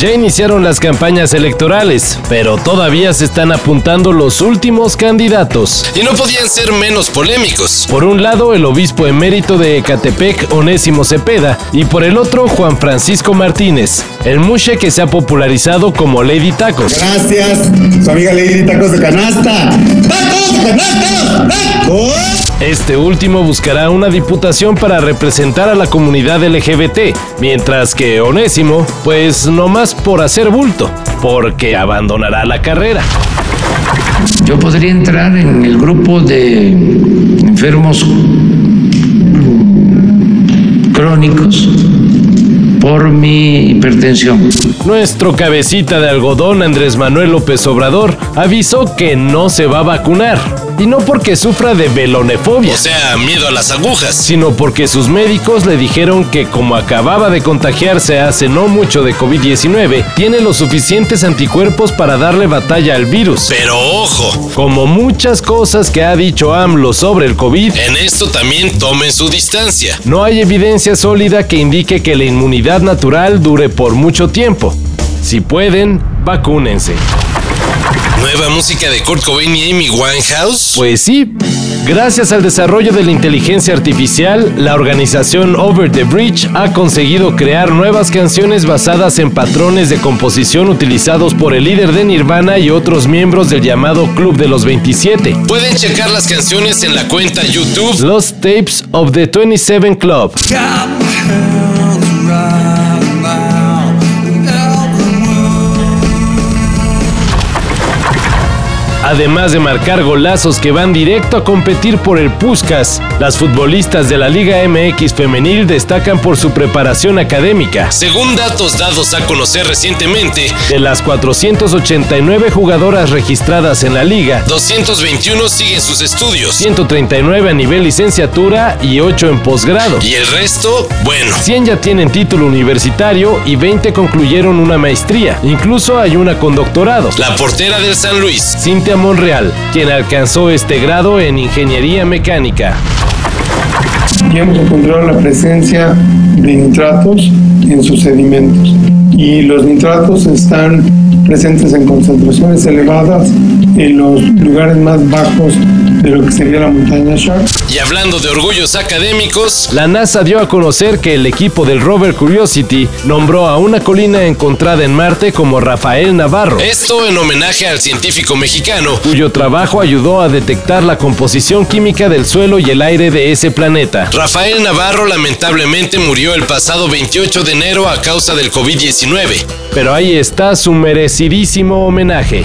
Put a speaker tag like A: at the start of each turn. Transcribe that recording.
A: Ya iniciaron las campañas electorales, pero todavía se están apuntando los últimos candidatos.
B: Y no podían ser menos polémicos.
A: Por un lado, el obispo emérito de Ecatepec, Onésimo Cepeda, y por el otro, Juan Francisco Martínez, el mushe que se ha popularizado como Lady Tacos.
C: Gracias, su amiga Lady Tacos de Canasta. ¡Tacos de Canasta! ¡Tacos!
A: Este último buscará una diputación para representar a la comunidad LGBT, mientras que Onésimo, pues no más por hacer bulto, porque abandonará la carrera.
D: Yo podría entrar en el grupo de enfermos crónicos por mi hipertensión.
A: Nuestro cabecita de algodón Andrés Manuel López Obrador avisó que no se va a vacunar. Y no porque sufra de velonefobia.
B: O sea, miedo a las agujas.
A: Sino porque sus médicos le dijeron que como acababa de contagiarse hace no mucho de COVID-19, tiene los suficientes anticuerpos para darle batalla al virus.
B: Pero ojo.
A: Como muchas cosas que ha dicho AMLO sobre el COVID,
B: en esto también tomen su distancia.
A: No hay evidencia sólida que indique que la inmunidad natural dure por mucho tiempo. Si pueden, vacúnense.
B: ¿Nueva música de Kurt Cobain y Amy Winehouse?
A: Pues sí. Gracias al desarrollo de la inteligencia artificial, la organización Over the Bridge ha conseguido crear nuevas canciones basadas en patrones de composición utilizados por el líder de Nirvana y otros miembros del llamado Club de los 27.
B: Pueden checar las canciones en la cuenta YouTube
A: Los Tapes of the 27 Club. Además de marcar golazos que van directo a competir por el Puskas, las futbolistas de la Liga MX femenil destacan por su preparación académica.
B: Según datos dados a conocer recientemente,
A: de las 489 jugadoras registradas en la liga,
B: 221 siguen sus estudios,
A: 139 a nivel licenciatura y 8 en posgrado.
B: Y el resto, bueno.
A: 100 ya tienen título universitario y 20 concluyeron una maestría. Incluso hay una con doctorado.
B: La portera del San Luis,
A: Cintia Monreal, quien alcanzó este grado en Ingeniería Mecánica.
E: Y hemos encontrado la presencia de nitratos en sus sedimentos. Y los nitratos están presentes en concentraciones elevadas en los lugares más bajos de lo que sería la montaña Shark.
B: Y hablando de orgullos académicos,
A: la NASA dio a conocer que el equipo del rover Curiosity nombró a una colina encontrada en Marte como Rafael Navarro.
B: Esto en homenaje al científico mexicano,
A: cuyo trabajo ayudó a detectar la composición química del suelo y el aire de ese planeta.
B: Rafael Navarro lamentablemente murió el pasado 28 de enero a causa del COVID-19.
A: Pero ahí está su merecidísimo homenaje.